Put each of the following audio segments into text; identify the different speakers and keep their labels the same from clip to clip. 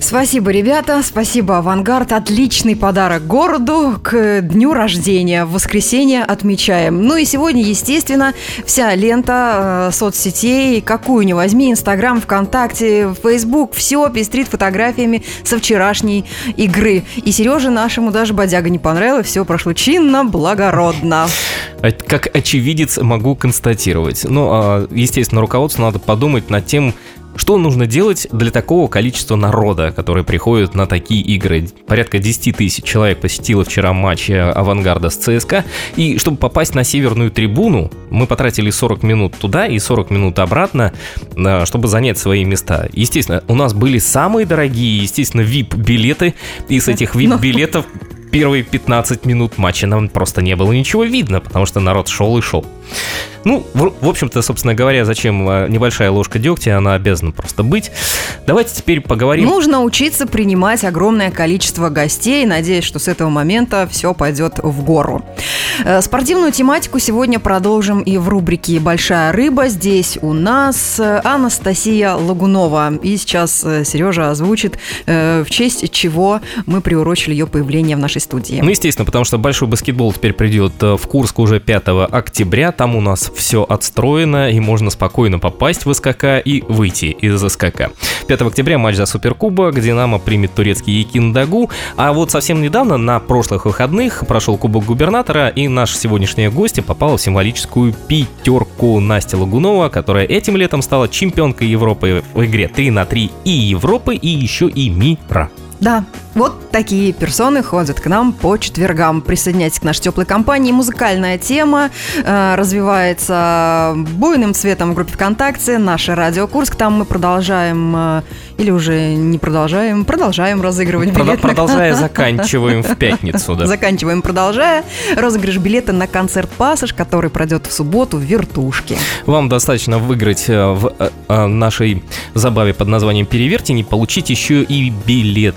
Speaker 1: Спасибо, ребята. Спасибо, Авангард. Отличный подарок городу к дню рождения. В воскресенье отмечаем. Ну и сегодня, естественно, вся лента э, соцсетей, какую ни возьми, Инстаграм, ВКонтакте, Фейсбук, все пестрит фотографиями со вчерашней игры. И Сереже нашему даже бодяга не понравилось. Все прошло чинно, благородно.
Speaker 2: А- Как очевидец могу констатировать. Ну, а, естественно, руководству надо подумать над тем, что нужно делать для такого количества народа, который приходит на такие игры. Порядка 10 тысяч человек посетило вчера матч э, «Авангарда» с ЦСКА. И чтобы попасть на северную трибуну, мы потратили 40 минут туда и 40 минут обратно, э, чтобы занять свои места. Естественно, у нас были самые дорогие, естественно, VIP-билеты. И с этих VIP-билетов первые 15 минут матча нам просто не было ничего видно, потому что народ шел и шел. Ну, в, в общем-то, собственно говоря, зачем э, небольшая ложка дегтя, она обязана просто быть. Давайте теперь поговорим.
Speaker 1: Нужно учиться принимать огромное количество гостей. Надеюсь, что с этого момента все пойдет в гору. Э, Спортивную тематику сегодня продолжим и в рубрике «Большая рыба». Здесь у нас э, Анастасия Лагунова. И сейчас э, Сережа озвучит, э, в честь чего мы приурочили ее появление в нашей студии.
Speaker 2: ну, естественно, потому что большой баскетбол теперь придет э, в Курск уже 5 октября. Там у нас все отстроено, и можно спокойно попасть в СКК и выйти из СКК. 5 октября матч за Суперкубок. Динамо примет турецкий Якиндагу. А вот совсем недавно, на прошлых выходных, прошел Кубок Губернатора, и наша сегодняшняя гостья попала в символическую пятерку Настя Лагунова, которая этим летом стала чемпионкой Европы в игре 3 на 3 и Европы, и еще и мира.
Speaker 1: Да, вот такие персоны ходят к нам по четвергам. Присоединяйтесь к нашей теплой компании. Музыкальная тема э, развивается буйным цветом в группе ВКонтакте. Наше радио Курск. Там мы продолжаем э, или уже не продолжаем, продолжаем разыгрывать
Speaker 2: Прода-
Speaker 1: билеты.
Speaker 2: Продолжая, заканчиваем в пятницу. да.
Speaker 1: Заканчиваем, продолжая. Розыгрыш билета на концерт «Пассаж», который пройдет в субботу в «Вертушке».
Speaker 2: Вам достаточно выиграть э, в э, э, нашей забаве под названием «Перевертень» и получить еще и билет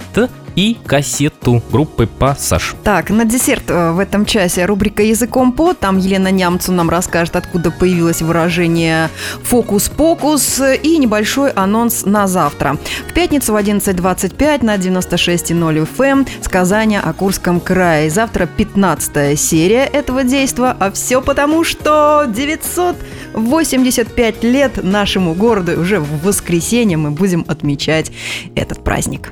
Speaker 2: и кассету группы «Пассаж».
Speaker 1: Так, на десерт э, в этом часе рубрика «Языком по». Там Елена Нямцу нам расскажет, откуда появилось выражение «фокус-покус» и небольшой анонс на завтра. В пятницу в 11.25 на 96.0 FM эм «Сказание о Курском крае». Завтра 15 серия этого действа, а все потому, что 985 лет нашему городу И уже в воскресенье мы будем отмечать этот праздник.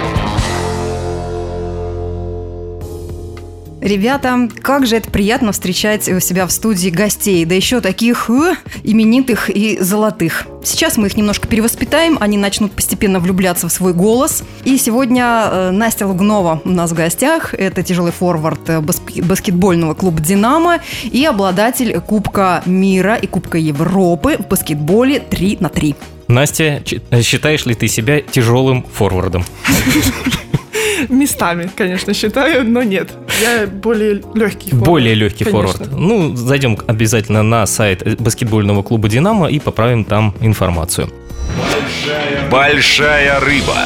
Speaker 1: Ребята, как же это приятно встречать у себя в студии гостей, да еще таких э, именитых и золотых. Сейчас мы их немножко перевоспитаем, они начнут постепенно влюбляться в свой голос. И сегодня э, Настя Лугнова у нас в гостях, это тяжелый форвард э, баск- баскетбольного клуба «Динамо» и обладатель Кубка мира и Кубка Европы в баскетболе 3 на 3.
Speaker 2: Настя, чи- э, считаешь ли ты себя тяжелым форвардом?
Speaker 3: Местами, конечно, считаю, но нет. Я более легкий форвард.
Speaker 2: Более легкий
Speaker 3: Конечно.
Speaker 2: форвард. Ну, зайдем обязательно на сайт э, баскетбольного клуба «Динамо» и поправим там информацию.
Speaker 4: Большая рыба.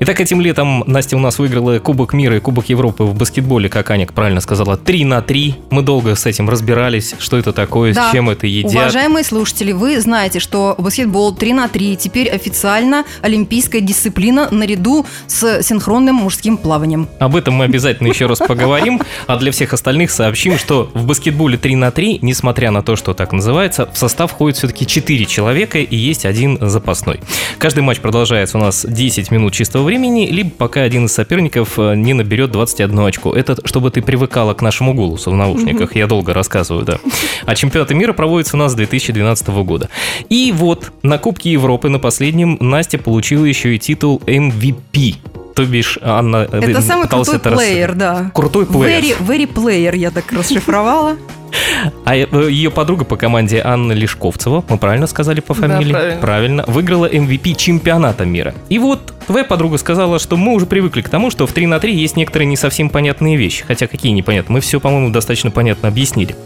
Speaker 2: Итак, этим летом Настя у нас выиграла Кубок мира и Кубок Европы в баскетболе, как Аня правильно сказала, 3 на 3. Мы долго с этим разбирались, что это такое,
Speaker 5: Да.
Speaker 2: с чем это едят.
Speaker 5: Уважаемые слушатели, вы знаете, что баскетбол 3 на 3 теперь официально олимпийская дисциплина наряду с синхронным мужским плаванием.
Speaker 2: Об этом мы обязательно еще раз поговорим, а для всех остальных сообщим, что в баскетболе 3 на 3, несмотря на то, что так называется, в состав входит все-таки 4 человека и есть один запасной. Каждый матч продолжается у нас 10 минут чистого времени, либо пока один из соперников э, не наберет 21 очко. Это чтобы ты привыкала к нашему голосу в наушниках, я долго рассказываю, да. А чемпионаты мира проводятся у нас с 2012 года. И вот на Кубке Европы на последнем Настя получила еще и титул MVP. То бишь, Анна э,
Speaker 1: Это
Speaker 2: ты
Speaker 1: самый
Speaker 2: пыталась
Speaker 1: крутой
Speaker 2: это рас-
Speaker 1: плеер, да.
Speaker 2: Крутой плеер.
Speaker 1: Very, very player, я так расшифровала.
Speaker 2: А э, ее подруга по команде Анна Лешковцева, мы правильно сказали по
Speaker 3: Да,
Speaker 2: фамилии?
Speaker 3: правильно.
Speaker 2: правильно. Выиграла MVP чемпионата мира. И вот твоя подруга сказала, что мы уже привыкли к тому, что в 3 на 3 есть некоторые не совсем понятные вещи. Хотя какие непонятные? Мы все, по-моему, достаточно понятно объяснили.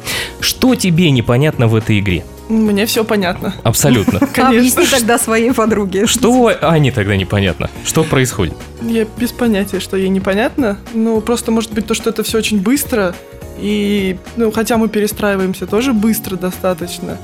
Speaker 2: Что тебе непонятно в этой игре?
Speaker 3: Мне все понятно.
Speaker 2: Абсолютно.
Speaker 3: Конечно.
Speaker 1: А Объясни тогда своей подруге.
Speaker 2: Что Ане тогда непонятно? Что происходит?
Speaker 3: Я без понятия, что ей непонятно. Ну, просто может быть то, что это все очень быстро. И, ну, хотя мы перестраиваемся тоже быстро достаточно.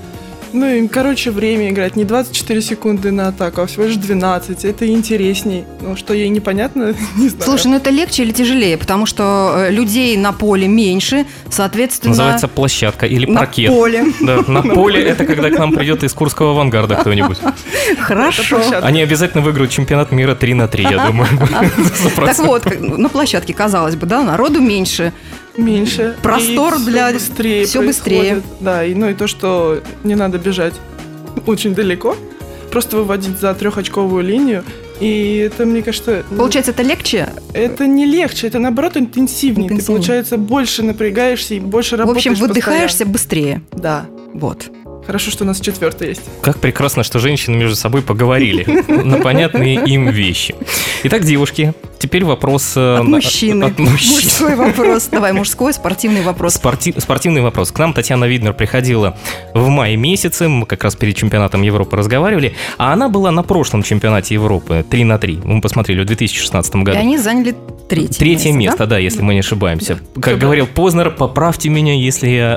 Speaker 3: Ну, им, короче, время играть не 24 секунды на атаку, а всего лишь 12. Это интересней. Ну, что ей непонятно, не знаю.
Speaker 1: Слушай, ну это легче или тяжелее? Потому что э, людей на поле меньше, соответственно...
Speaker 2: Называется площадка или
Speaker 1: на
Speaker 2: паркет.
Speaker 1: поле.
Speaker 2: Да, на поле это когда к нам придет из Курского авангарда кто-нибудь.
Speaker 1: Хорошо.
Speaker 3: площадка.
Speaker 2: Они обязательно выиграют чемпионат мира 3 на 3, я думаю. Сто
Speaker 1: Так
Speaker 2: процентов.
Speaker 1: вот, как- на площадке, казалось бы, да, народу меньше.
Speaker 3: Меньше.
Speaker 1: Простор
Speaker 3: И всё
Speaker 1: для-
Speaker 3: быстрее.
Speaker 1: всё
Speaker 3: происходит.
Speaker 1: быстрее.
Speaker 3: Да, и ну и то, что не надо бежать очень далеко, просто выводить за трехочковую линию. И это, мне кажется, ну,
Speaker 1: Получается, это легче?
Speaker 3: это не легче, это наоборот интенсивнее.
Speaker 1: Интенсивнее.
Speaker 3: Ты, получается, больше напрягаешься и больше
Speaker 1: В
Speaker 3: работаешь.
Speaker 1: общем, выдыхаешься быстрее.
Speaker 3: постоянно. Да.
Speaker 1: Вот.
Speaker 3: Хорошо, что у нас четвертый есть.
Speaker 2: Как прекрасно, что женщины между собой поговорили на понятные им вещи. Итак, девушки, теперь вопрос... э,
Speaker 1: От мужчины.
Speaker 2: От мужчин.
Speaker 1: Мужской вопрос. Давай, мужской, спортивный вопрос.
Speaker 2: Спорти- Спортивный вопрос. К нам Татьяна Виднер приходила в мае месяце, мы как раз перед чемпионатом Европы разговаривали, а она была на прошлом чемпионате Европы 3 на 3, мы посмотрели, в 2016
Speaker 1: И
Speaker 2: году.
Speaker 1: они заняли третье,
Speaker 2: Третье место, да, если мы не ошибаемся. Как говорил Познер, поправьте меня, если я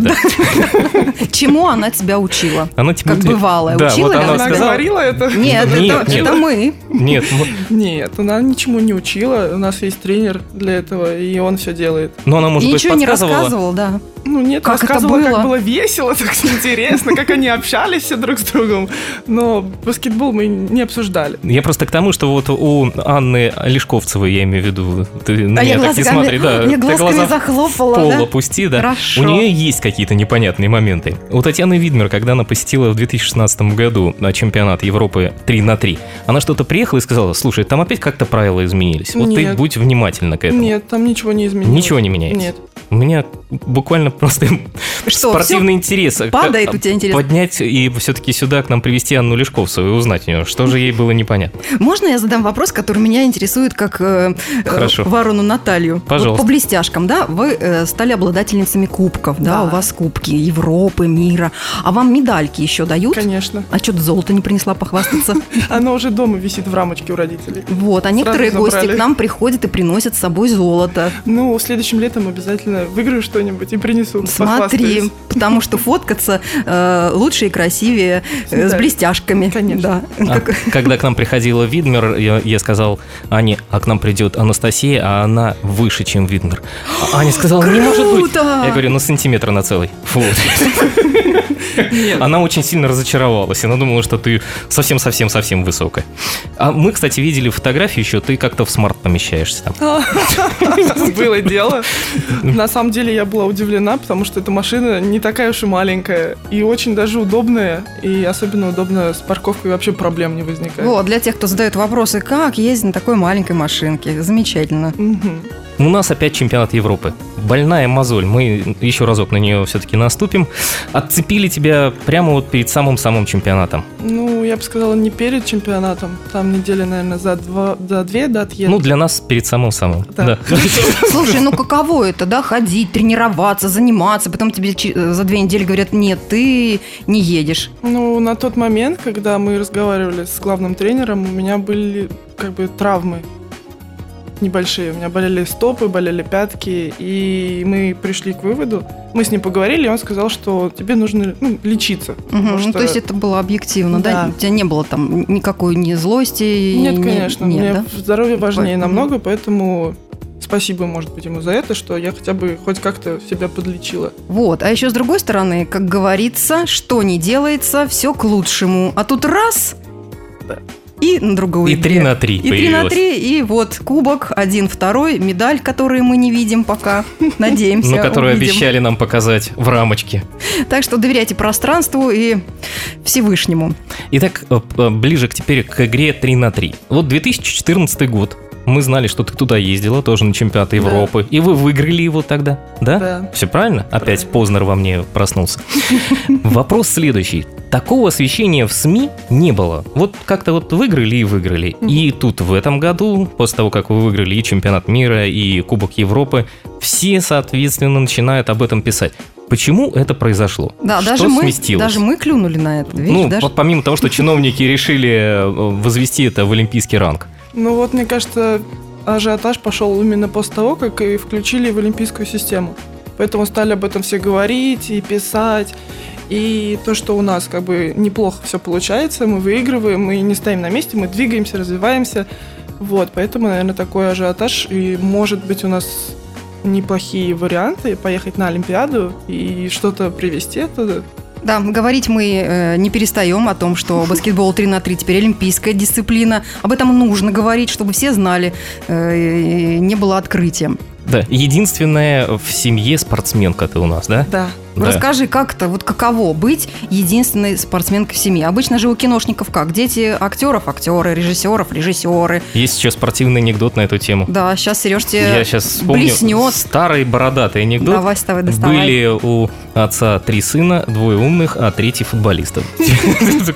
Speaker 2: да.
Speaker 1: да? Чему она тебя учила?
Speaker 2: Она типа-
Speaker 1: Как бывалая.
Speaker 2: Да,
Speaker 1: Учила
Speaker 2: вот
Speaker 1: ли
Speaker 2: она
Speaker 1: она
Speaker 3: Она
Speaker 1: сказала-
Speaker 2: сказала-
Speaker 3: говорила это?
Speaker 1: Нет,
Speaker 2: Нет,
Speaker 1: это,
Speaker 2: нет.
Speaker 1: это мы.
Speaker 2: Нет, ну, м-
Speaker 3: Нет, она ничему не учила. У нас есть тренер для этого, и он все делает.
Speaker 2: но ну, она, может
Speaker 1: И
Speaker 2: быть,
Speaker 1: ничего не
Speaker 2: подсказывала.
Speaker 1: рассказывал, да.
Speaker 3: Ну нет,
Speaker 1: Как это
Speaker 3: рассказывала,
Speaker 1: было?
Speaker 3: как было весело, так интересно, как они общались все друг с другом. Но баскетбол мы не обсуждали.
Speaker 2: Я просто к тому, что вот у Анны Лешковцевой, я имею в виду, ты на
Speaker 1: А
Speaker 2: меня так не
Speaker 1: глазками-
Speaker 2: смотри, да,
Speaker 1: я
Speaker 2: ты
Speaker 1: глазками
Speaker 2: глаза в
Speaker 1: захлопала,
Speaker 2: пол
Speaker 1: да?
Speaker 2: опусти, да.
Speaker 1: Хорошо.
Speaker 2: У нее есть какие-то непонятные моменты. У Татьяны Видмер, когда она посетила в 2016 году на чемпионат Европы 3 на 3, она что-то приехала и сказала, слушай, там опять как-то правила изменились. Вот ты
Speaker 3: Нет.
Speaker 2: будь внимательна к этому.
Speaker 3: Нет, там ничего не изменилось.
Speaker 2: Ничего не меняется.
Speaker 3: Нет.
Speaker 2: У меня буквально просто
Speaker 1: Что,
Speaker 2: спортивный интерес. а,
Speaker 1: падает
Speaker 2: как-
Speaker 1: у тебя интерес?
Speaker 2: Поднять и все-таки сюда к нам привести Анну Лешковцеву и узнать у нее, что же ей было непонятно.
Speaker 1: Можно я задам вопрос, который меня интересует как э, э,
Speaker 2: Хорошо.
Speaker 1: ворону Наталью?
Speaker 2: Пожалуйста.
Speaker 1: Вот по блестяшкам, да? Вы э, стали обладательницами кубков, да?
Speaker 3: Да.
Speaker 1: У вас кубки Европы, мира. А вам медальки еще дают?
Speaker 3: Конечно.
Speaker 1: А что-то золото не принесла похвастаться.
Speaker 3: Оно уже дома висит в рамочке у родителей.
Speaker 1: Вот, а некоторые гости
Speaker 3: забрали.
Speaker 1: к нам приходят и приносят с собой золото.
Speaker 3: Ну, следующим летом обязательно выиграю что-нибудь и принесу.
Speaker 1: Смотри,
Speaker 3: похвастаюсь.
Speaker 1: потому что фоткаться э, лучше и красивее э, с
Speaker 3: Да.
Speaker 1: блестяшками.
Speaker 3: Конечно.
Speaker 1: Да.
Speaker 2: А
Speaker 1: Как-
Speaker 2: когда к нам приходила Видмер, я, я сказал Ане, а к нам придет Анастасия, а она выше, чем Видмер. А Аня сказала, не может быть.
Speaker 1: Круто!
Speaker 2: Я говорю, ну сантиметра на целый. Вот. Она очень сильно разочаровалась. Она думала, что ты совсем-совсем-совсем высокая. А мы, кстати, видели фотографию еще, ты как-то в смарт помещаешься там.
Speaker 3: Было дело. На самом деле я была удивлена, потому что эта машина не такая уж и маленькая. И очень даже удобная. И особенно удобно с парковкой вообще проблем не возникает.
Speaker 1: Вот, для тех, кто задает вопросы, как ездить на такой маленькой машинке. Замечательно.
Speaker 3: Мгм.
Speaker 2: У нас опять чемпионат Европы. Больная мозоль. Мы еще разок на нее все-таки наступим. Отцепили тебя прямо вот перед самым-самым чемпионатом.
Speaker 3: Ну, я бы сказала, не перед чемпионатом. Там недели, наверное, за, два, за две до отъезда.
Speaker 2: Ну, для нас перед самым-самым.
Speaker 3: Да.
Speaker 1: Слушай, ну каково это, да, ходить, тренироваться, заниматься, потом тебе че- за две недели говорят, нет, ты не едешь.
Speaker 3: Ну, на тот момент, когда мы разговаривали с главным тренером, у меня были как бы травмы небольшие. У меня болели стопы, болели пятки, и мы пришли к выводу. Мы с ним поговорили, и он сказал, что тебе нужно ну, лечиться.
Speaker 1: Мгм,
Speaker 3: потому
Speaker 1: ну,
Speaker 3: что-
Speaker 1: то есть это было объективно, да?
Speaker 3: Да.
Speaker 1: У тебя не было там никакой ни злости? и
Speaker 3: Нет,
Speaker 1: ни-
Speaker 3: конечно,
Speaker 1: нет,
Speaker 3: мне
Speaker 1: да?
Speaker 3: здоровье важнее
Speaker 1: Поэтому-
Speaker 3: намного, поэтому спасибо, может быть, ему за это, что я хотя бы хоть как-то себя подлечила.
Speaker 1: Вот, а еще с другой стороны, как говорится, что не делается, все к лучшему. А тут раз и на другую
Speaker 2: И 3 на 3
Speaker 1: И три на
Speaker 2: появилось.
Speaker 1: три, и вот кубок, один, второй, медаль, которую мы не видим пока, надеемся,
Speaker 2: Ну, которую
Speaker 1: увидим.
Speaker 2: обещали нам показать в рамочке.
Speaker 1: Так что доверяйте пространству и Всевышнему.
Speaker 2: Итак, э, э, ближе к теперь к игре 3 на 3. Вот 2014 год. Мы знали, что ты туда ездила, тоже на чемпионат Европы. И вы выиграли его тогда, да?
Speaker 3: Да.
Speaker 2: Все правильно? Опять Познер во мне проснулся. Вопрос следующий. Такого освещения в СМИ не было. Вот как-то вот выиграли и выиграли. И тут в этом году, после того, как вы выиграли и чемпионат мира, и Кубок Европы, все, соответственно, начинают об этом писать. Почему это произошло?
Speaker 1: Да,
Speaker 2: Что
Speaker 1: даже мы,
Speaker 2: сместилось?
Speaker 1: даже мы клюнули на это. Видишь,
Speaker 2: ну,
Speaker 1: даже
Speaker 2: по- помимо того, что чиновники решили э, возвести это в олимпийский ранг.
Speaker 3: Ну вот, мне кажется, ажиотаж пошел именно после того, как и включили в олимпийскую систему. Поэтому стали об этом все говорить и писать. И то, что у нас как бы неплохо все получается, мы выигрываем, мы не стоим на месте, мы двигаемся, развиваемся. Вот, поэтому, наверное, такой ажиотаж. И, может быть, у нас неплохие варианты поехать на Олимпиаду и что-то привезти оттуда.
Speaker 1: Да, говорить мы э, не перестаем о том, что баскетбол 3 на 3 теперь олимпийская дисциплина. Об этом нужно говорить, чтобы все знали, э, и не было открытием.
Speaker 2: Да, единственная в семье спортсменка ты у нас, да?
Speaker 3: Да.
Speaker 2: Да.
Speaker 1: Расскажи, как то вот каково быть единственной спортсменкой в семье? Обычно же у киношников как? Дети актеров, актеры, режиссеров, режиссеры.
Speaker 2: Есть еще спортивный анекдот на эту тему.
Speaker 1: Да, сейчас Сереж тебе
Speaker 2: Я сейчас вспомню
Speaker 1: блеснет.
Speaker 2: старый бородатый анекдот.
Speaker 1: Э, Давай, вставай, доставай.
Speaker 2: Были у отца три сына, двое умных, а третий футболистов. С
Speaker 1: То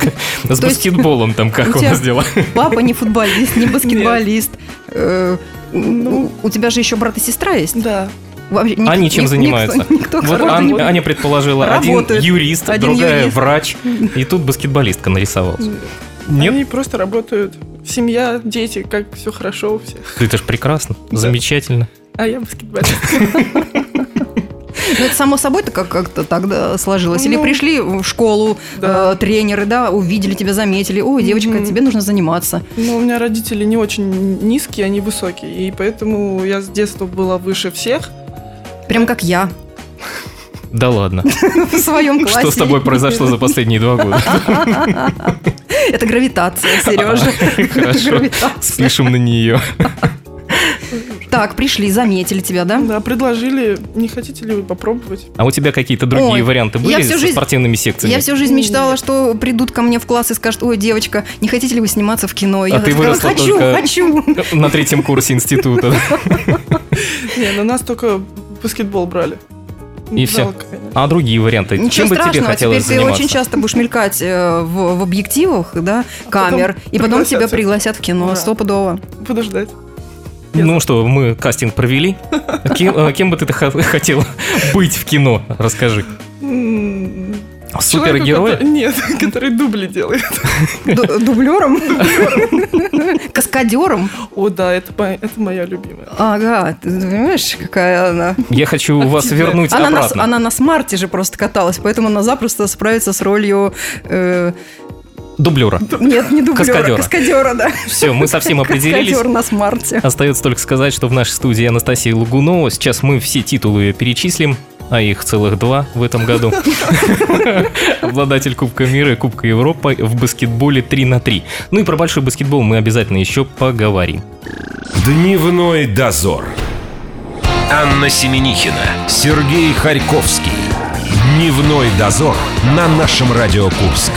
Speaker 1: есть
Speaker 2: баскетболом там как
Speaker 1: у
Speaker 2: у
Speaker 1: тебя-
Speaker 2: нас дела?
Speaker 1: Папа не футболист, не баскетболист. Э, ну, у тебя же еще брат и сестра есть?
Speaker 3: Да.
Speaker 1: Вообще ник-
Speaker 2: Они чем
Speaker 1: ник-
Speaker 2: занимаются?
Speaker 1: Никто, никто
Speaker 2: Вот
Speaker 1: кроме
Speaker 2: Ан-
Speaker 1: него.
Speaker 2: Аня предположила, один
Speaker 1: Работает.
Speaker 2: юрист,
Speaker 1: Один
Speaker 2: другая
Speaker 1: юрист.
Speaker 2: врач, и тут баскетболистка нарисовалась. Нет,
Speaker 3: Они просто работают. Семья, дети, как все хорошо у всех.
Speaker 2: это же прекрасно, замечательно.
Speaker 3: А я баскетболист.
Speaker 1: Ну, это само собой-то как- как-то тогда сложилось. Или
Speaker 3: Ну,
Speaker 1: пришли в школу
Speaker 3: да.
Speaker 1: э, тренеры, да, увидели тебя, заметили. Ой, девочка,
Speaker 3: Мгм.
Speaker 1: тебе нужно заниматься.
Speaker 3: Ну, у меня родители не очень низкие, они высокие. И поэтому я с детства была выше всех.
Speaker 1: Прям как я
Speaker 2: Да ладно.
Speaker 1: в своем классе.
Speaker 2: Что с тобой произошло за последние два года?
Speaker 1: Это гравитация, Сережа.
Speaker 2: Хорошо. Спишем на нее.
Speaker 1: Так, пришли, заметили тебя, да?
Speaker 3: Да, предложили, не хотите ли вы попробовать?
Speaker 2: А у тебя какие-то другие
Speaker 1: Ой,
Speaker 2: варианты были
Speaker 1: я всю
Speaker 2: со
Speaker 1: жизнь-
Speaker 2: спортивными секциями?
Speaker 1: Я всю жизнь мечтала, что придут ко мне в класс и скажут, ой, девочка, не хотите ли вы сниматься в кино? И
Speaker 2: А
Speaker 1: я
Speaker 2: ты
Speaker 1: сказала,
Speaker 2: выросла
Speaker 1: хочу,
Speaker 2: только-
Speaker 1: хочу.
Speaker 2: На третьем курсе института.
Speaker 3: Не, ну нас только баскетбол брали.
Speaker 2: И всё.
Speaker 3: Жалко, конечно.
Speaker 2: А другие варианты?
Speaker 1: Ничего
Speaker 2: Чем бы тебе
Speaker 1: страшного, теперь
Speaker 2: хотелось
Speaker 1: ты
Speaker 2: заниматься? А
Speaker 1: очень часто будешь мелькать э, в, в объективах, да, камер, и потом
Speaker 3: пригласят
Speaker 1: тебя
Speaker 3: всех.
Speaker 1: пригласят в кино
Speaker 3: Ура.
Speaker 1: стопудово.
Speaker 3: Подождать.
Speaker 2: Ну что, мы кастинг провели. Кем, э, кем бы ты хо- хотел быть в кино? Расскажи.
Speaker 3: М, человеку,
Speaker 2: Супергерой?
Speaker 3: который- Нет, который дубли делает.
Speaker 1: Ду- Дублером? Каскадером?
Speaker 3: О, да, это моя- это моя любимая.
Speaker 1: Ага, А, ты понимаешь, какая она.
Speaker 2: Я хочу вас
Speaker 3: Активная.
Speaker 2: вернуть
Speaker 1: Она на, с-
Speaker 2: обратно.
Speaker 1: она на смарте же просто каталась, поэтому она запросто справится с ролью... э,
Speaker 2: Дублера.
Speaker 1: нет, не дублера,
Speaker 2: Каскадера.
Speaker 1: каскадера, да.
Speaker 2: Все, мы совсем определились.
Speaker 1: Каскадер на смарте.
Speaker 2: Остается только сказать, что в нашей студии Анастасия Лугунова. Сейчас мы все титулы ее перечислим, а их целых два в этом году. Обладатель Кубка мира и Кубка Европы в баскетболе 3 на 3. Ну и про большой баскетбол мы обязательно еще поговорим.
Speaker 4: Дневной дозор. Анна Семенихина, Сергей Харьковский. Дневной дозор на нашем Радио Курск.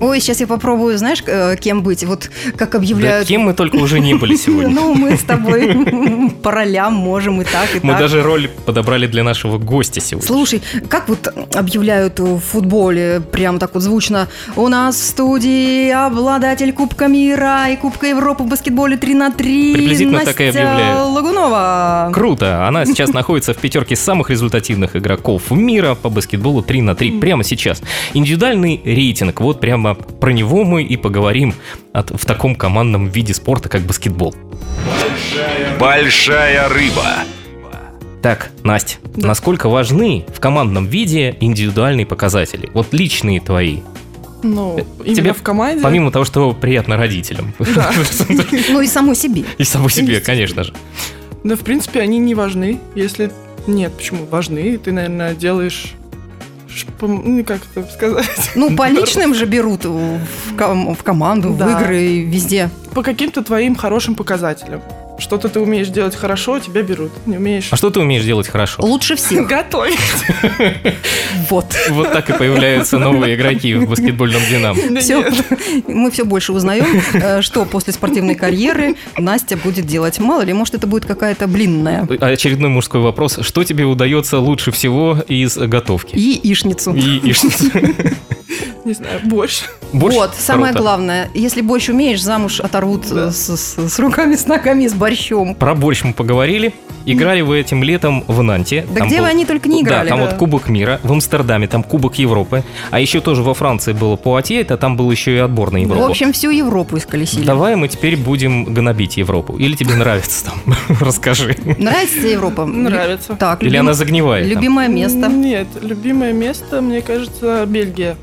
Speaker 1: Ой, сейчас я попробую, знаешь, э, кем быть? Вот как
Speaker 2: Да
Speaker 1: объявляют...
Speaker 2: кем мы только уже не были сегодня.
Speaker 1: Ну, мы с тобой по ролям можем и так, и
Speaker 2: Мы
Speaker 1: так.
Speaker 2: даже роль подобрали для нашего гостя сегодня.
Speaker 1: Слушай, как вот объявляют в футболе, прям так вот звучно, у нас в студии обладатель Кубка мира и Кубка Европы в баскетболе 3 на 3
Speaker 2: Приблизительно
Speaker 1: Настя
Speaker 2: так и объявляют.
Speaker 1: Лагунова.
Speaker 2: Круто! Она сейчас находится в пятерке самых результативных игроков мира по баскетболу 3 на 3 прямо сейчас. Индивидуальный рейтинг, вот прямо про него мы и поговорим от- в таком командном виде спорта, как баскетбол.
Speaker 4: Большая рыба.
Speaker 2: Так, Настя, насколько важны в командном виде индивидуальные показатели? Вот личные твои,
Speaker 3: Ну,
Speaker 2: Э, тебе
Speaker 3: именно в команде.
Speaker 2: помимо того, что приятно родителям.
Speaker 3: Да.
Speaker 1: Ну и самой себе.
Speaker 2: И самой себе, конечно же.
Speaker 3: Да, в принципе, они не важны, если... Нет, почему? Важны. Ты, наверное, делаешь... шпом- Ну, как это сказать?
Speaker 1: Ну, по личным же берут в, ком- в команду,
Speaker 3: Да.
Speaker 1: в игры, везде.
Speaker 3: По каким-то твоим хорошим показателям. Что-то ты умеешь делать хорошо, тебя берут. Не умеешь.
Speaker 2: А что ты умеешь делать хорошо?
Speaker 1: Лучше всех.
Speaker 3: Готовить.
Speaker 1: Вот.
Speaker 2: Вот так и появляются новые игроки в баскетбольном «Динамо».
Speaker 3: Да
Speaker 1: Все,
Speaker 3: нет.
Speaker 1: мы все больше узнаем, э, что после спортивной карьеры Настя будет делать. Мало ли, может, это будет какая-то блинная.
Speaker 2: Очередной мужской вопрос. Что тебе удается лучше всего из готовки?
Speaker 1: Яичницу.
Speaker 2: И, и что-
Speaker 3: Не знаю, борщ.
Speaker 2: Борщ?
Speaker 1: вот, самое
Speaker 2: Круто.
Speaker 1: главное, если борщ умеешь, замуж оторвут э,
Speaker 3: Да.
Speaker 1: с, с- с руками, с ногами, и с борщом.
Speaker 2: Про борщ мы поговорили. Играли вы этим летом в Нанте.
Speaker 1: Да
Speaker 2: Там
Speaker 1: где
Speaker 2: был-
Speaker 1: вы они только не играли.
Speaker 2: Да, там
Speaker 3: да.
Speaker 2: вот Кубок мира, в Амстердаме там Кубок Европы, а еще тоже во Франции было Пуатье, это там был еще и отбор на
Speaker 1: В
Speaker 2: Европу.
Speaker 1: общем, всю Европу исколесили.
Speaker 2: Давай мы теперь будем гнобить Европу. Или тебе нравится там? Расскажи.
Speaker 1: Нравится тебе Европа?
Speaker 3: Нравится.
Speaker 1: Так,
Speaker 2: Или
Speaker 1: любим-
Speaker 2: она загнивает? там?
Speaker 1: любимое место.
Speaker 3: Нет, любимое место, мне кажется, Бельгия.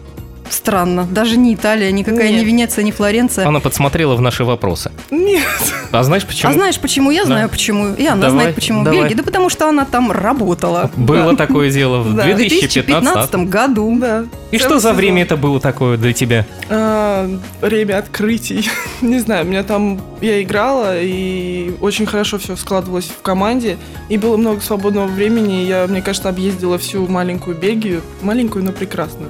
Speaker 1: Странно. Даже не Италия, никакая
Speaker 3: Нет.
Speaker 1: не Венеция, не Флоренция. А
Speaker 2: Она подсмотрела в наши вопросы.
Speaker 3: Нет.
Speaker 2: А знаешь почему?
Speaker 1: А знаешь почему? Я
Speaker 2: Да.
Speaker 1: знаю почему. И она
Speaker 2: Давай,
Speaker 1: знает почему.
Speaker 2: давай.
Speaker 1: Бельгия. Да потому что она там работала.
Speaker 2: Было такое дело в
Speaker 3: Да.
Speaker 2: 2015.
Speaker 1: 2015 году.
Speaker 3: Да.
Speaker 2: И что
Speaker 3: Целый
Speaker 2: за
Speaker 3: сезон.
Speaker 2: время это было такое для тебя?
Speaker 3: А, время открытий. Не знаю, меня там я играла, и очень хорошо все складывалось в команде. И было много свободного времени. и Я, мне кажется, объездила всю маленькую Бельгию. Маленькую, но прекрасную.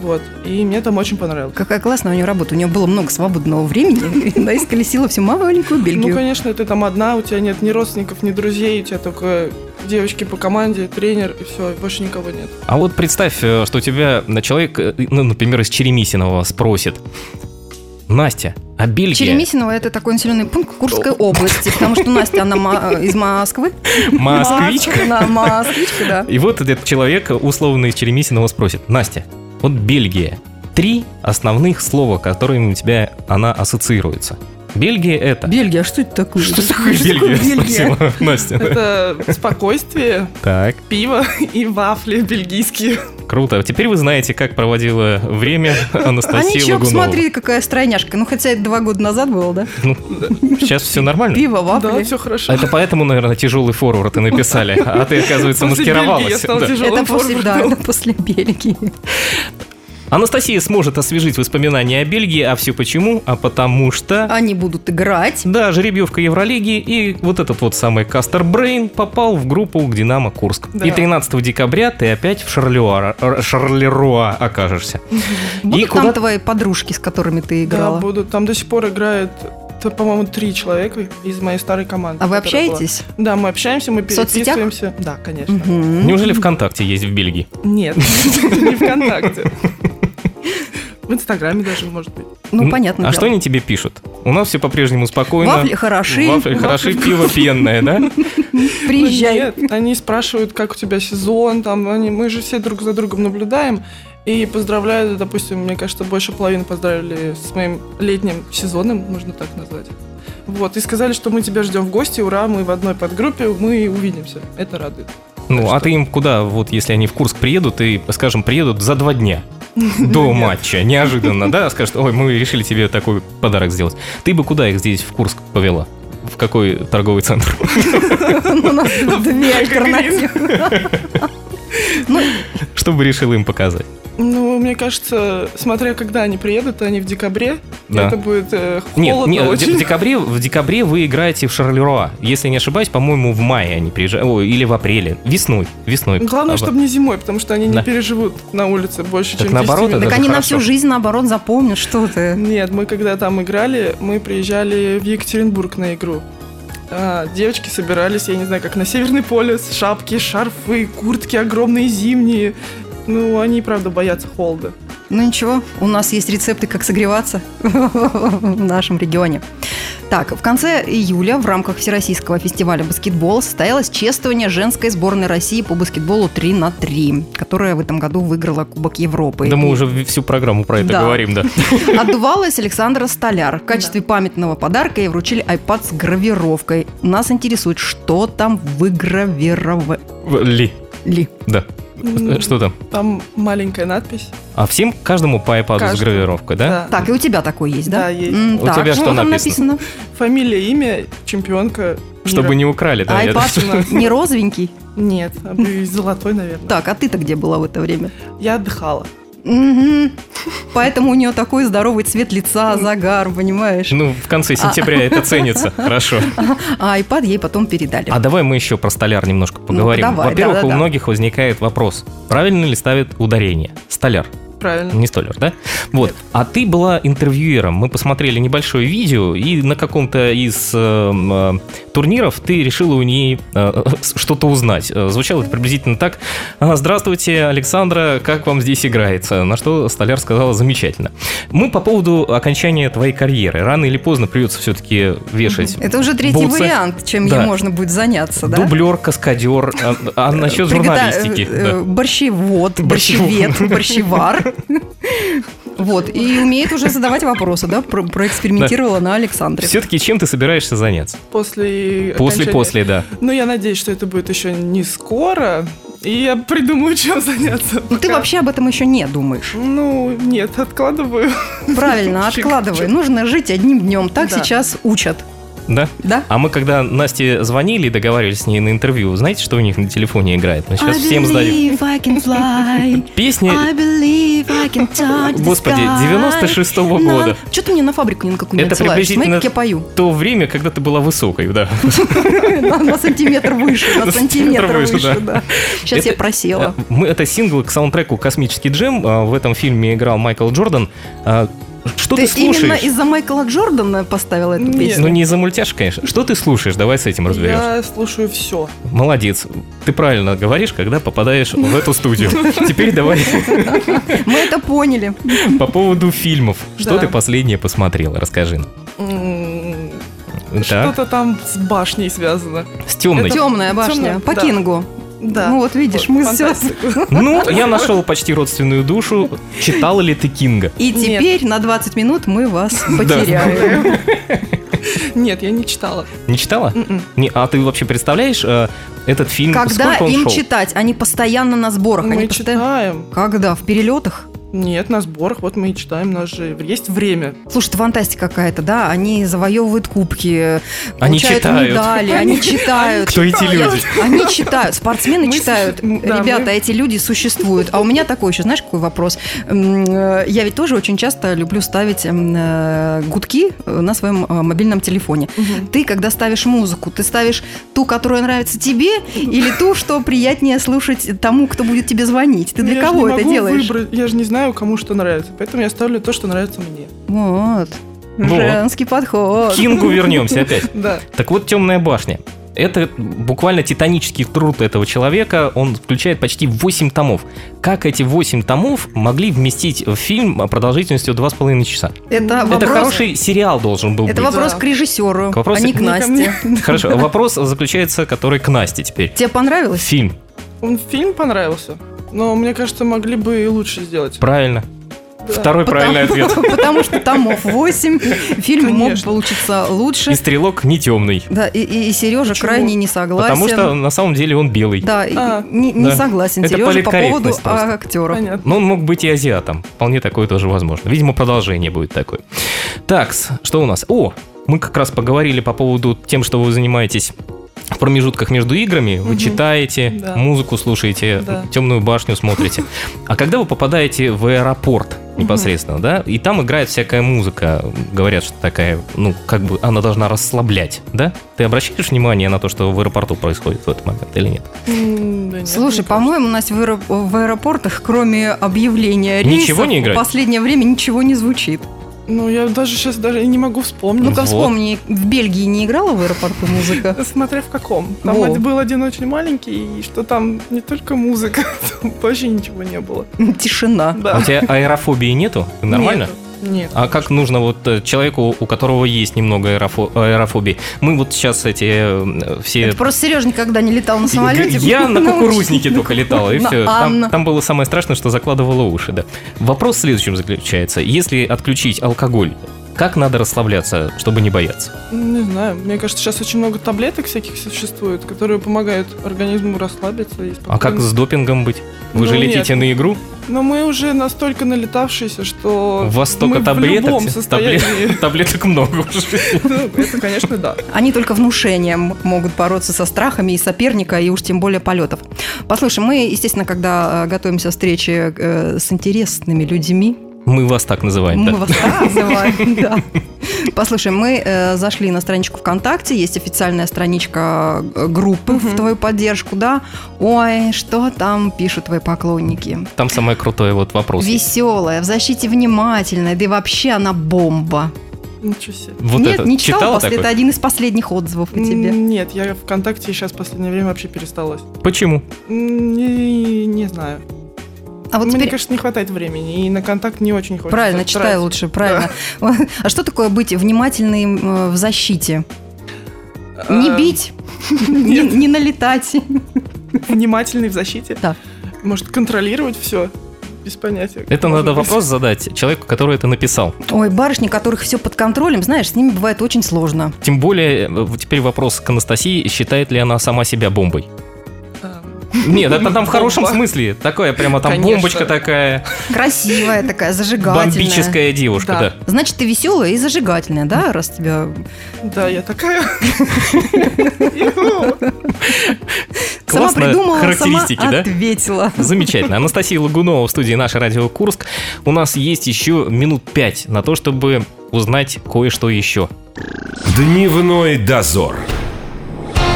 Speaker 3: Вот. И мне там очень понравилось.
Speaker 1: Какая классная у нее работа. У нее было много свободного времени. И она исколесила всю маленькую
Speaker 3: Ну,
Speaker 1: Бельгию.
Speaker 3: конечно, ты там одна, у тебя нет ни родственников, ни друзей, у тебя только девочки по команде, тренер, и все, больше никого нет.
Speaker 2: А вот представь, э, что тебя на человек, э, ну, например, из Черемисиного спросит. Настя, а Бельгия?
Speaker 1: Черемисиново это такой населенный пункт Курской области, потому что Настя, она ма- из Москвы.
Speaker 2: Москвичка?
Speaker 1: Да, москвичка, да.
Speaker 2: И вот этот человек, условно из Черемисиного, спросит. Настя, вот Бельгия. Три основных слова, которыми у тебя она ассоциируется. Бельгия это...
Speaker 1: Бельгия, а что это такое?
Speaker 2: Что такое Бельгия? Спросила Настя.
Speaker 3: Это спокойствие,
Speaker 2: Так,
Speaker 3: пиво и вафли бельгийские.
Speaker 2: круто. А Теперь вы знаете, как проводила время
Speaker 1: А
Speaker 2: Анастасия
Speaker 1: ничего,
Speaker 2: Лагунова.
Speaker 1: посмотри, какая стройняшка. Ну, хотя это два года назад было, да?
Speaker 2: Сейчас все нормально.
Speaker 1: Пиво,
Speaker 3: Да,
Speaker 1: вафли.
Speaker 3: все хорошо.
Speaker 2: А Это поэтому, наверное, тяжелый форвард и написали. А ты, оказывается,
Speaker 3: После Бельгии я
Speaker 2: маскировалась.
Speaker 3: стала
Speaker 2: Да.
Speaker 3: тяжелым
Speaker 1: Это после, да,
Speaker 3: форвардом.
Speaker 1: это после Бельгии.
Speaker 2: Анастасия сможет освежить воспоминания о Бельгии, а все почему? А потому что...
Speaker 1: Они будут играть.
Speaker 2: Да, жеребьевка Евролиги, и вот этот вот самый Кастер Брейн попал в группу к Динамо Курск.
Speaker 3: Да.
Speaker 2: И 13 декабря ты опять в Шарлеруа, Р- Шарлеруа окажешься. И
Speaker 1: Будут
Speaker 2: куда
Speaker 1: там твои подружки, с которыми ты
Speaker 3: Да,
Speaker 1: играла.
Speaker 3: будут. Там до сих пор играет, т- по-моему, три человека из моей старой команды.
Speaker 1: а вы
Speaker 3: которая была.
Speaker 1: общаетесь?
Speaker 3: Да, мы общаемся, мы
Speaker 1: В соцсетях?
Speaker 3: переписываемся. Да, конечно.
Speaker 1: Мгм.
Speaker 2: Неужели ВКонтакте есть в Бельгии?
Speaker 3: Нет, не ВКонтакте. В Инстаграме даже, может быть.
Speaker 1: Ну,
Speaker 2: М,
Speaker 1: понятно.
Speaker 2: А что они тебе пишут? У нас все по-прежнему спокойно.
Speaker 1: Вафли хороши.
Speaker 2: Вафли хороши, пиво пенное, да?
Speaker 1: Приезжай.
Speaker 3: Ну, Нет, они спрашивают, как у тебя сезон, там, они, мы же все друг за другом наблюдаем. И поздравляют, допустим, мне кажется, больше половины поздравили с моим летним сезоном, можно так назвать. Вот, и сказали, что мы тебя ждем в гости, ура, мы в одной подгруппе, мы увидимся. Это радует.
Speaker 2: Ну, а
Speaker 3: что?
Speaker 2: ты им куда, вот если они в Курск приедут и, скажем, приедут за два дня до матча, неожиданно, да, скажут, ой, мы решили тебе такой подарок сделать. Ты бы куда их здесь в Курск повела? В какой торговый центр?
Speaker 1: У нас тут две альтернативы. Ну,
Speaker 2: Что бы решила им показать?
Speaker 3: Ну, мне кажется, смотря когда они приедут, они в декабре, и
Speaker 2: Да.
Speaker 3: это будет э,
Speaker 2: Нет,
Speaker 3: холодно
Speaker 2: не, в де-
Speaker 3: очень.
Speaker 2: в декабре, в декабре вы играете в Шарлеруа. Если не ошибаюсь, по-моему, в мае они приезжают, ой, или в апреле, весной, весной. А,
Speaker 3: Главное,
Speaker 2: Об-
Speaker 3: чтобы не зимой, потому что они не
Speaker 2: Да.
Speaker 3: переживут на улице больше,
Speaker 2: Так
Speaker 3: чем 10
Speaker 2: наоборот,
Speaker 3: минут.
Speaker 1: Так
Speaker 2: это же
Speaker 1: они на
Speaker 2: хорошо.
Speaker 1: всю жизнь, наоборот, запомнят, что ты.
Speaker 3: Нет, мы когда там играли, мы приезжали в Екатеринбург на игру. А, девочки собирались, я не знаю, как на Северный полюс, шапки, шарфы, куртки огромные зимние. Ну, они, правда, боятся холода.
Speaker 1: Ну ничего, у нас есть рецепты, как согреваться в нашем регионе. Так, в конце июля в рамках Всероссийского фестиваля баскетбола состоялось чествование женской сборной России по баскетболу 3 на 3, которая в этом году выиграла Кубок Европы.
Speaker 2: Да мы
Speaker 1: И
Speaker 2: уже в- всю программу про это
Speaker 1: Да.
Speaker 2: говорим, да.
Speaker 1: Отдувалась Александра Столяр. В качестве памятного подарка ей вручили iPad с гравировкой. Нас интересует, что там выгравировали.
Speaker 2: Ли, да.
Speaker 3: М,
Speaker 2: Что там?
Speaker 3: Там маленькая надпись.
Speaker 2: А всем, каждому по iPad с
Speaker 3: Каждому.
Speaker 2: гравировкой, да?
Speaker 1: Так, и у тебя такой есть, да?
Speaker 3: Да, есть.
Speaker 1: М,
Speaker 2: У
Speaker 1: так,
Speaker 2: тебя что
Speaker 1: что там
Speaker 2: написано?
Speaker 1: написано?
Speaker 3: Фамилия, имя, чемпионка.
Speaker 2: Чтобы
Speaker 3: мира.
Speaker 2: не украли, да? я
Speaker 1: iPad
Speaker 2: даже-
Speaker 3: думаю, что-
Speaker 1: не розовенький?
Speaker 3: Нет, а бы золотой, наверное.
Speaker 1: Так, а ты-то где была в это время?
Speaker 3: Я отдыхала.
Speaker 1: Мгм. Поэтому у нее такой здоровый цвет лица, загар, понимаешь?
Speaker 2: Ну, в конце сентября это ценится. Хорошо.
Speaker 1: А iPad ей потом передали.
Speaker 2: А давай мы еще про столяр немножко поговорим.
Speaker 1: давай,
Speaker 2: Во-первых, у
Speaker 1: да-да-да.
Speaker 2: многих возникает вопрос, правильно ли ставят ударение? Столяр.
Speaker 3: Правильно.
Speaker 2: Не столер, да? Вот. А ты была интервьюером. Мы посмотрели небольшое видео, и на каком-то из эм, э, турниров ты решила у ней э, с- что-то узнать. Э, Звучало это приблизительно так. «А, Здравствуйте, Александра, как вам здесь играется? На что столяр сказала замечательно. Мы по поводу окончания твоей карьеры. Рано или поздно придется все-таки вешать.
Speaker 1: Это уже третий
Speaker 2: Бутсы.
Speaker 1: вариант, чем
Speaker 2: Да.
Speaker 1: ей можно будет заняться, да? Э,
Speaker 2: Дублер, каскадер. А, а насчет
Speaker 1: Пригода-
Speaker 2: журналистики.
Speaker 1: э, э,
Speaker 2: да.
Speaker 1: Борщевод,
Speaker 2: Борщевод.
Speaker 1: борщевед, борщевар. Вот, и умеет уже задавать вопросы, да? Про- Проэкспериментировала на Александре.
Speaker 2: Все-таки чем ты собираешься заняться?
Speaker 3: После окончания-
Speaker 2: После-после, да.
Speaker 3: Ну, я надеюсь, что это будет еще не скоро. И я придумаю, чем заняться.
Speaker 1: Ну, ты
Speaker 3: пока.
Speaker 1: вообще об этом еще не думаешь.
Speaker 3: Ну, нет, откладываю.
Speaker 1: Правильно,
Speaker 3: Чик,
Speaker 1: откладывай.
Speaker 3: чик.
Speaker 1: Нужно жить одним днем. Так
Speaker 3: Да.
Speaker 1: сейчас учат,
Speaker 2: Да?
Speaker 1: да?
Speaker 2: А мы когда Насте звонили и договаривались с ней на интервью, знаете, что у них на телефоне играет? Мы сейчас всем сдаем.
Speaker 1: I can fly.
Speaker 2: Песни,
Speaker 3: А
Speaker 1: believe I can touch the
Speaker 2: господи,
Speaker 1: sky.
Speaker 2: 96-го
Speaker 1: На-
Speaker 2: года.
Speaker 1: Чё ты мне на фабрику не на какую-нибудь
Speaker 2: Это
Speaker 1: отсылаешь? Смотри,
Speaker 2: приблизительно-
Speaker 1: как я пою.
Speaker 2: То время, когда ты была высокой, да.
Speaker 1: На, на сантиметр выше, на
Speaker 2: На
Speaker 1: сантиметр
Speaker 2: сантиметр выше,
Speaker 1: выше,
Speaker 2: да.
Speaker 1: да. Сейчас
Speaker 2: Это- э,
Speaker 1: я просела.
Speaker 2: Мы, это сингл к саундтреку «Космический джем». А, В этом фильме играл Майкл Джордан. А, Что ты,
Speaker 1: Ты именно
Speaker 2: слушаешь?
Speaker 1: из-за Майкла Джордана поставила эту
Speaker 3: Нет.
Speaker 1: песню?
Speaker 2: Ну, не из-за мультяшек, конечно. Что ты слушаешь? Давай с этим разберемся.
Speaker 3: Я слушаю все.
Speaker 2: Молодец. Ты правильно говоришь, когда попадаешь в эту студию. Теперь давай Ну,
Speaker 1: Мы это поняли.
Speaker 2: по поводу фильмов. Что
Speaker 3: Да.
Speaker 2: ты последнее посмотрела? Расскажи. нам. Так,
Speaker 3: Что-то там с башней связано.
Speaker 2: с темной.
Speaker 3: Это-
Speaker 1: Темная башня.
Speaker 3: Темная,
Speaker 1: По
Speaker 3: да.
Speaker 1: Кингу.
Speaker 3: Да.
Speaker 1: Ну вот видишь, мы все.
Speaker 3: фантастика.
Speaker 2: Ну, я нашел почти родственную душу. Читала ли ты Кинга?
Speaker 1: И
Speaker 3: Нет.
Speaker 1: теперь на 20 минут мы вас потеряли.
Speaker 3: Нет, я не читала.
Speaker 2: Не читала?
Speaker 3: Мгм.
Speaker 2: Не, а ты вообще представляешь э, этот фильм?
Speaker 1: М-м. Когда
Speaker 2: сколько он
Speaker 1: им
Speaker 2: шел?
Speaker 1: читать? Они постоянно на сборах.
Speaker 3: Мы
Speaker 1: Они постоянно-
Speaker 3: читаем.
Speaker 1: Когда? В перелетах?
Speaker 3: Нет, на сборах, вот мы и читаем, у нас же есть время.
Speaker 1: Слушай, это фантастика какая-то, да? Они завоевывают кубки,
Speaker 2: Они
Speaker 1: получают
Speaker 2: читают.
Speaker 1: медали, они читают.
Speaker 2: Кто эти люди?
Speaker 1: Они читают, спортсмены
Speaker 3: Мы
Speaker 1: читают.
Speaker 3: слушаем, да,
Speaker 1: Ребята,
Speaker 3: мы-
Speaker 1: эти люди существуют. А у меня такой еще, знаешь, какой вопрос? М, э, Я ведь тоже очень часто люблю ставить м, э, гудки э, на своем э, мобильном телефоне. Ты, когда ставишь музыку, ты ставишь ту, которая нравится тебе, или ту, что приятнее слушать тому, кто будет тебе звонить? Ты для
Speaker 3: Ну, Я же
Speaker 1: кого
Speaker 3: не
Speaker 1: это
Speaker 3: могу
Speaker 1: делаешь?
Speaker 3: выбрать, Я же не знаю, кому что нравится, поэтому я ставлю то, что нравится мне.
Speaker 1: Вот.
Speaker 2: Вот.
Speaker 1: Женский
Speaker 2: К
Speaker 1: подход.
Speaker 2: Кингу вернемся опять.
Speaker 3: Да.
Speaker 2: Так вот, темная башня. Это буквально титанический труд этого человека. Он включает почти 8 томов. Как эти 8 томов могли вместить в фильм продолжительностью 2,5 часа?
Speaker 1: Это
Speaker 3: Это
Speaker 1: вопрос.
Speaker 2: Это хороший сериал должен был
Speaker 1: Это
Speaker 2: быть.
Speaker 1: вопрос
Speaker 3: Да.
Speaker 1: к режиссеру,
Speaker 2: К вопросу-
Speaker 1: а не к
Speaker 3: Не ко
Speaker 1: Насте.
Speaker 3: мне.
Speaker 2: Хорошо, вопрос заключается, который к Насте теперь.
Speaker 1: Тебе понравилось?
Speaker 2: Фильм.
Speaker 3: Он фильм понравился, но мне кажется, могли бы и лучше сделать.
Speaker 2: Правильно.
Speaker 3: Да.
Speaker 2: Второй правильный ответ.
Speaker 1: Потому что томов 8, фильм мог
Speaker 3: Конечно.
Speaker 1: получиться
Speaker 2: И
Speaker 1: лучше.
Speaker 2: стрелок не темный.
Speaker 1: Да, и, и- и Сережа
Speaker 3: Почему?
Speaker 1: крайне не согласен.
Speaker 2: Потому что на самом деле он белый.
Speaker 1: Да, и-
Speaker 3: А,
Speaker 1: не, не
Speaker 2: да.
Speaker 1: согласен
Speaker 2: Это
Speaker 1: Сережа по поводу
Speaker 2: политкорректность просто.
Speaker 1: а, актеров.
Speaker 3: Понятно.
Speaker 2: Но он мог быть и азиатом. Вполне такое тоже возможно. Видимо, продолжение будет такое. Такс, что у нас? О, мы как раз поговорили по поводу тем, что вы занимаетесь в промежутках между играми. Вы
Speaker 3: Мгм.
Speaker 2: читаете,
Speaker 3: Да.
Speaker 2: музыку слушаете,
Speaker 3: Да.
Speaker 2: темную башню смотрите. А когда вы попадаете в аэропорт непосредственно, да, и там играет всякая музыка, говорят, что такая, ну, как бы она должна расслаблять, да? Ты обращаешь внимание на то, что в аэропорту происходит в этот момент или нет?
Speaker 3: М, да нет,
Speaker 1: Слушай,
Speaker 3: мне
Speaker 1: по-моему, у нас в, аэро- в аэропортах, кроме объявления рейсов,
Speaker 2: Ничего не играет?
Speaker 1: в последнее время ничего не звучит.
Speaker 3: кажется. Ну, я даже сейчас даже и не могу вспомнить.
Speaker 1: Ну-ка
Speaker 2: Вот.
Speaker 1: вспомни, в Бельгии не играла в аэропорту музыка?
Speaker 3: Смотря в каком. Там
Speaker 1: Во.
Speaker 3: один- был один очень маленький, и что там не только музыка, там вообще ничего не было.
Speaker 1: Тишина.
Speaker 3: Да.
Speaker 2: А У тебя аэрофобии нету? Ты нормально?
Speaker 3: Нет.
Speaker 2: А как нужно вот э, человеку, у которого есть немного аэрофо- аэрофобии? Мы вот сейчас эти э, все...
Speaker 1: Это просто Сережа никогда не летал на самолете.
Speaker 2: Я на
Speaker 1: научишь.
Speaker 2: кукурузнике только летала, и
Speaker 1: На
Speaker 2: все.
Speaker 1: Анна.
Speaker 2: Там, там было самое страшное, что закладывало уши, да. Вопрос в следующем заключается. Если отключить алкоголь, как надо расслабляться, чтобы не бояться?
Speaker 3: Ну, Не знаю. Мне кажется, сейчас очень много таблеток всяких существует, которые помогают организму расслабиться. И
Speaker 2: А как
Speaker 3: спокойно.
Speaker 2: с допингом быть? Вы же
Speaker 3: Ну,
Speaker 2: летите
Speaker 3: нет.
Speaker 2: на игру?
Speaker 3: Но мы уже настолько налетавшиеся, что
Speaker 2: У вас
Speaker 3: мы
Speaker 2: столько таблеток.
Speaker 3: в любом
Speaker 2: табле-
Speaker 3: состоянии.
Speaker 2: Таблеток много уже.
Speaker 3: Ну, Это, конечно, да.
Speaker 1: Они только внушением могут бороться со страхами и соперника, и уж тем более полетов. Послушай, мы, естественно, когда э, готовимся к встрече э, с интересными людьми,
Speaker 2: Мы вас так называем,
Speaker 6: Мы
Speaker 2: да?
Speaker 6: вас так называем, да.
Speaker 1: Послушай, мы э, зашли на страничку ВКонтакте, есть официальная страничка э, группы в
Speaker 3: Мгм.
Speaker 1: твою поддержку, да? Ой, что там пишут твои поклонники?
Speaker 2: Там самое крутое вот вопрос. есть.
Speaker 1: Веселая, в защите внимательная, да и вообще она бомба.
Speaker 3: Ничего себе.
Speaker 2: Вот
Speaker 1: Нет,
Speaker 2: это.
Speaker 1: не читала, после,
Speaker 2: такое?
Speaker 1: это один из последних отзывов по А тебе.
Speaker 3: М, Нет, я ВКонтакте сейчас в последнее время вообще пересталась.
Speaker 2: Почему?
Speaker 3: М, Не, не знаю.
Speaker 1: А вот
Speaker 3: Мне,
Speaker 1: теперь...
Speaker 3: конечно, не хватает времени, и на контакт не очень хочется.
Speaker 1: Правильно, читай
Speaker 3: тратить.
Speaker 1: лучше, правильно. А что такое быть внимательным э, в защите? Не
Speaker 3: А,
Speaker 1: бить, не не налетать.
Speaker 3: Внимательный в защите.
Speaker 1: Да.
Speaker 3: Может, контролировать все. Без понятия.
Speaker 2: Это
Speaker 3: Может
Speaker 2: надо
Speaker 3: быть.
Speaker 2: вопрос задать человеку, который это написал.
Speaker 1: Ой, барышни, которых все под контролем, знаешь, с ними бывает очень сложно.
Speaker 2: Тем более, э, теперь вопрос к Анастасии, считает ли она сама себя бомбой?
Speaker 3: А,
Speaker 2: Нет, это там в хорошем
Speaker 3: Бомба.
Speaker 2: смысле. Такая прямо там
Speaker 3: Конечно.
Speaker 2: бомбочка такая,
Speaker 1: Красивая такая, зажигательная.
Speaker 2: бомбическая девушка,
Speaker 3: Да.
Speaker 2: да.
Speaker 1: Значит, ты веселая и зажигательная, да, раз тебя...
Speaker 3: Да, я такая.
Speaker 1: сама
Speaker 2: Классно
Speaker 1: придумала,
Speaker 2: характеристики,
Speaker 1: сама
Speaker 2: да?
Speaker 1: ответила.
Speaker 2: Замечательно. Анастасия Лагунова в студии «Наше радио Курск». У нас есть еще минут пять на то, чтобы узнать кое-что еще.
Speaker 4: Дневной дозор.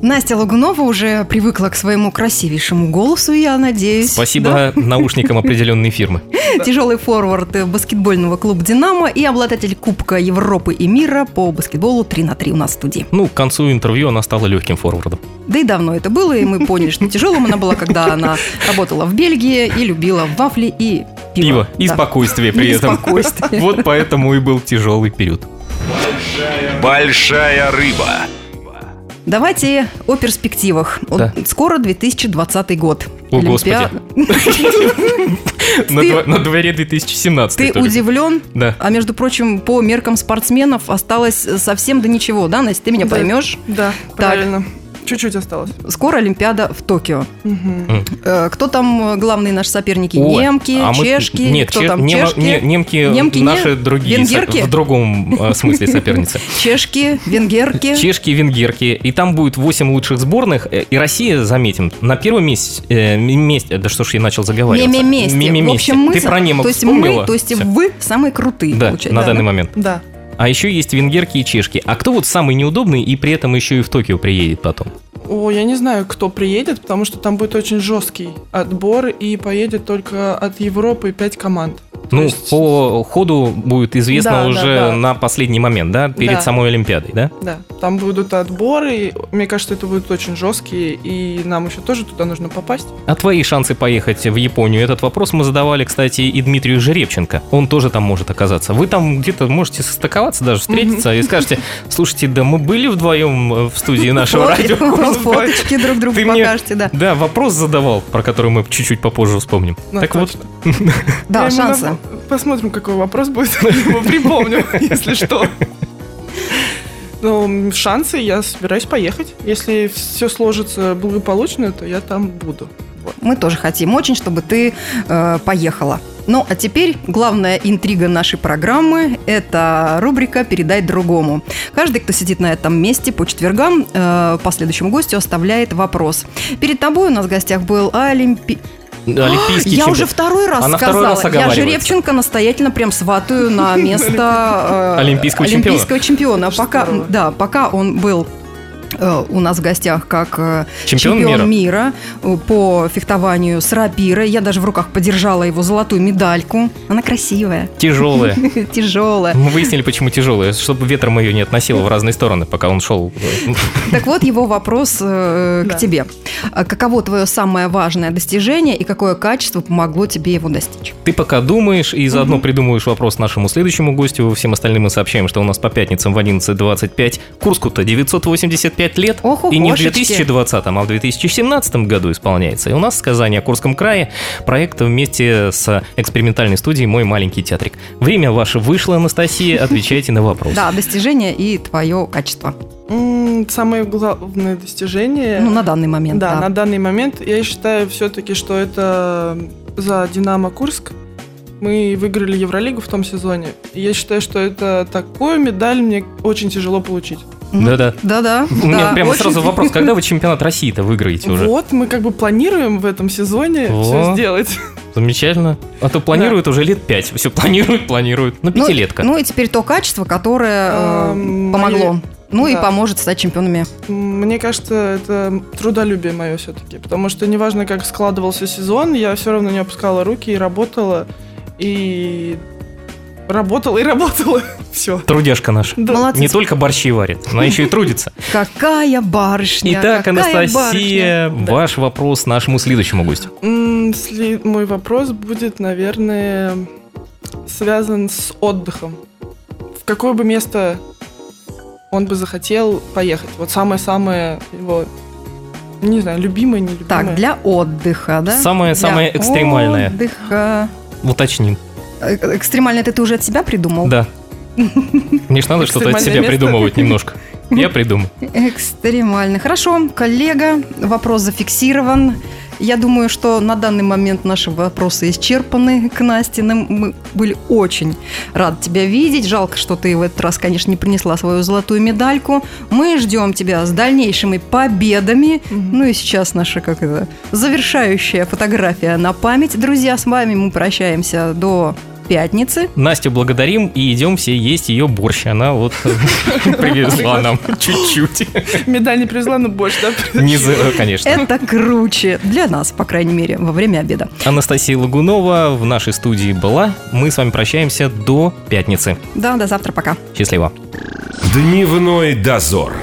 Speaker 1: Настя Лагунова уже привыкла к своему красивейшему голосу, я надеюсь.
Speaker 2: Спасибо наушникам определенной фирмы.
Speaker 1: Тяжелый форвард э, баскетбольного клуба «Динамо» и обладатель Кубка Европы и мира по баскетболу 3 на 3 у нас в студии.
Speaker 2: Ну, к концу интервью она стала легким форвардом.
Speaker 1: Да и давно это было, и мы поняли, что тяжелым она была, когда она работала в Бельгии и любила вафли и пиво.
Speaker 2: Пиво и
Speaker 1: Да.
Speaker 2: спокойствие при
Speaker 1: И
Speaker 2: этом.
Speaker 1: спокойствие.
Speaker 2: Вот поэтому и был тяжелый период.
Speaker 4: Большая рыба.
Speaker 1: Давайте о перспективах. Вот
Speaker 2: Да.
Speaker 1: Скоро 2020 год.
Speaker 2: О,
Speaker 1: Олимпиа-
Speaker 2: На
Speaker 1: Ты-
Speaker 2: дво- на дворе 2017.
Speaker 1: Ты
Speaker 2: только.
Speaker 1: удивлен?
Speaker 2: Да.
Speaker 1: А между прочим, по меркам спортсменов осталось э, совсем до ничего, да, Настя? Ты меня
Speaker 3: Да.
Speaker 1: поймешь.
Speaker 3: Да, правильно. Чуть-чуть осталось.
Speaker 1: Скоро Олимпиада в Токио.
Speaker 3: Мгм.
Speaker 1: Э, Кто там э, главные наши соперники?
Speaker 2: О,
Speaker 1: Немки,
Speaker 2: а мы-
Speaker 1: чешки?
Speaker 2: Нет,
Speaker 1: кто
Speaker 2: че-
Speaker 1: там?
Speaker 2: нема-
Speaker 1: чешки,
Speaker 2: не- немки,
Speaker 1: Немки не-
Speaker 2: наши другие. со-
Speaker 1: венгерки?
Speaker 2: В другом э, смысле соперницы.
Speaker 1: чешки, венгерки.
Speaker 2: Чешки, венгерки. И там будет 8 лучших сборных. Э, И Россия, заметим, на первом месте... э, месте да что ж я начал заговаривать.
Speaker 1: Меме-месте. В общем, мы...
Speaker 2: Ты
Speaker 1: са-
Speaker 2: про немок
Speaker 1: То есть
Speaker 2: вспомнила?
Speaker 1: мы, то есть
Speaker 2: Всё.
Speaker 1: вы самые крутые,
Speaker 2: Да,
Speaker 1: получается.
Speaker 2: на данный момент.
Speaker 3: Да.
Speaker 2: А еще есть венгерки и чешки. А кто вот самый неудобный и при этом еще и в Токио приедет потом?
Speaker 3: О, я не знаю, кто приедет, потому что там будет очень жесткий отбор, и поедет только от Европы пять команд. То
Speaker 2: ну,
Speaker 3: есть-
Speaker 2: по ходу будет известно
Speaker 3: Да, да,
Speaker 2: уже
Speaker 3: да.
Speaker 2: на последний момент, да? Перед
Speaker 3: Да.
Speaker 2: самой Олимпиадой, да?
Speaker 3: Да, там будут отборы, и мне кажется, это будут очень жесткие, и нам еще тоже туда нужно попасть.
Speaker 2: А твои шансы поехать в Японию? Этот вопрос мы задавали, кстати, и Дмитрию Жеребченко. Он тоже там может оказаться. Вы там где-то можете состыковаться, даже встретиться и скажете, слушайте, да мы были вдвоем э, в студии нашего
Speaker 1: Вот,
Speaker 2: радио.
Speaker 1: Фоточки друг другу
Speaker 2: Ты мне-
Speaker 1: покажете, да.
Speaker 2: Да, вопрос задавал, про который мы чуть-чуть попозже вспомним.
Speaker 3: Ну,
Speaker 2: Так вот,
Speaker 3: точно. Я
Speaker 1: Да,
Speaker 3: ему
Speaker 1: шансы.
Speaker 3: нав- Посмотрим, какой вопрос будет, я его припомню, если что. Ну, м, шансы, я собираюсь поехать. Если все сложится благополучно, то я там буду.
Speaker 1: Мы тоже хотим очень, чтобы ты э, поехала. Ну, а теперь главная интрига нашей программы – это рубрика «Передай другому». Каждый, кто сидит на этом месте по четвергам, э, по следующему гостю оставляет вопрос. Перед тобой у нас в гостях был Олимпи...
Speaker 2: олимпийский
Speaker 1: Я
Speaker 2: чемпион.
Speaker 1: уже второй раз
Speaker 2: Она второй
Speaker 1: сказала.
Speaker 2: раз
Speaker 1: Я
Speaker 2: оговаривается.
Speaker 1: Жеребченко настоятельно прям сватаю на место э,
Speaker 2: Олимпийского чемпиона.
Speaker 1: олимпийского чемпиона.
Speaker 3: Что
Speaker 1: Пока,
Speaker 3: здорово.
Speaker 1: да, пока он был э, у нас в гостях как э,
Speaker 2: Чемпион мира.
Speaker 1: мира, э, по фехтованию с рапирой. Я даже в руках подержала его золотую медальку. Она красивая,
Speaker 2: Тяжелые.
Speaker 1: тяжелая.
Speaker 2: Мы выяснили, почему тяжелые, чтобы ветром ее не относило в разные стороны, пока он шел. э,
Speaker 1: Так вот его вопрос э, к
Speaker 3: Да.
Speaker 1: тебе. А Каково твое самое важное достижение и какое качество помогло тебе его достичь?
Speaker 2: Ты пока думаешь и заодно придумываешь вопрос нашему следующему гостю. Всем остальным мы сообщаем, что у нас по пятницам в 11.25 Курску-то 985 лет.
Speaker 1: Ох,
Speaker 2: И не в
Speaker 1: ухошечки.
Speaker 2: 2020, а в 2017 году исполняется. И у нас сказание о Курском крае, проект вместе с экспериментальной студией «Мой маленький театрик». Время ваше вышло, Анастасия, отвечайте на вопрос.
Speaker 1: Да, достижение и твое качество.
Speaker 3: М, Самое главное достижение...
Speaker 1: Ну, на данный момент,
Speaker 3: Да,
Speaker 1: да.
Speaker 3: на данный момент я считаю все-таки, что это за Динамо Курск. Мы выиграли Евролигу в том сезоне. И я считаю, что это такую медаль мне очень тяжело получить.
Speaker 2: Да-да.
Speaker 1: Ну, Да-да.
Speaker 2: У меня
Speaker 1: да,
Speaker 2: прямо
Speaker 1: очень-
Speaker 2: сразу вопрос, когда вы чемпионат России-то выиграете уже?
Speaker 3: Вот, мы как бы планируем в этом сезоне
Speaker 2: Во.
Speaker 3: все сделать.
Speaker 2: Замечательно. А то планируют уже лет пять. Все планируют, планируют. Ну,
Speaker 1: Ну,
Speaker 2: пятилетка.
Speaker 1: Ну и теперь то качество, которое э,
Speaker 3: Эм,
Speaker 1: помогло.
Speaker 3: мои-
Speaker 1: Ну и
Speaker 3: да.
Speaker 1: поможет стать чемпионами.
Speaker 3: Мне кажется, это трудолюбие мое все-таки, потому что неважно, как складывался сезон, я все равно не опускала руки и работала, и работала, и работала. Все.
Speaker 2: Трудяшка наша.
Speaker 3: Да.
Speaker 1: Молодцы.
Speaker 2: Не только борщи варит, она еще и трудится.
Speaker 1: Какая барышня!
Speaker 2: Итак,
Speaker 1: какая барышня.
Speaker 2: Анастасия,
Speaker 1: Да.
Speaker 2: ваш вопрос нашему следующему гостю.
Speaker 3: М, сли- Мой вопрос будет, наверное, связан с отдыхом. В какое бы место он бы захотел поехать? Вот самое-самое его, не знаю, любимое, нелюбимое.
Speaker 1: Так, для отдыха, да?
Speaker 2: Самое-
Speaker 1: Для
Speaker 2: самое экстремальное.
Speaker 1: отдыха.
Speaker 2: Уточним.
Speaker 1: Э, э, Экстремально это ты уже от себя придумал?
Speaker 2: Да. Мне ж надо что-то от
Speaker 3: Экстремальное
Speaker 2: себя
Speaker 3: место.
Speaker 2: придумывать немножко. Я придумал.
Speaker 1: Экстремально. Хорошо, коллега, вопрос зафиксирован. Я думаю, что на данный момент наши вопросы исчерпаны к Настиным. Мы были очень рады тебя видеть. Жалко, что ты в этот раз, конечно, не принесла свою золотую медальку. Мы ждем тебя с дальнейшими победами. Ну и сейчас наша, как это, завершающая фотография на память. Друзья, с вами мы прощаемся до пятницы.
Speaker 2: Настю благодарим и идем все есть ее борщ. Она вот привезла нам чуть-чуть.
Speaker 3: Медаль не привезла, но больше, да?
Speaker 2: Не за- э, Конечно.
Speaker 1: Это круче для нас, по крайней мере, во время обеда.
Speaker 2: Анастасия Лагунова в нашей студии была. Мы с вами прощаемся до пятницы.
Speaker 1: Да, до завтра, пока.
Speaker 2: Счастливо.
Speaker 4: Дневной дозор.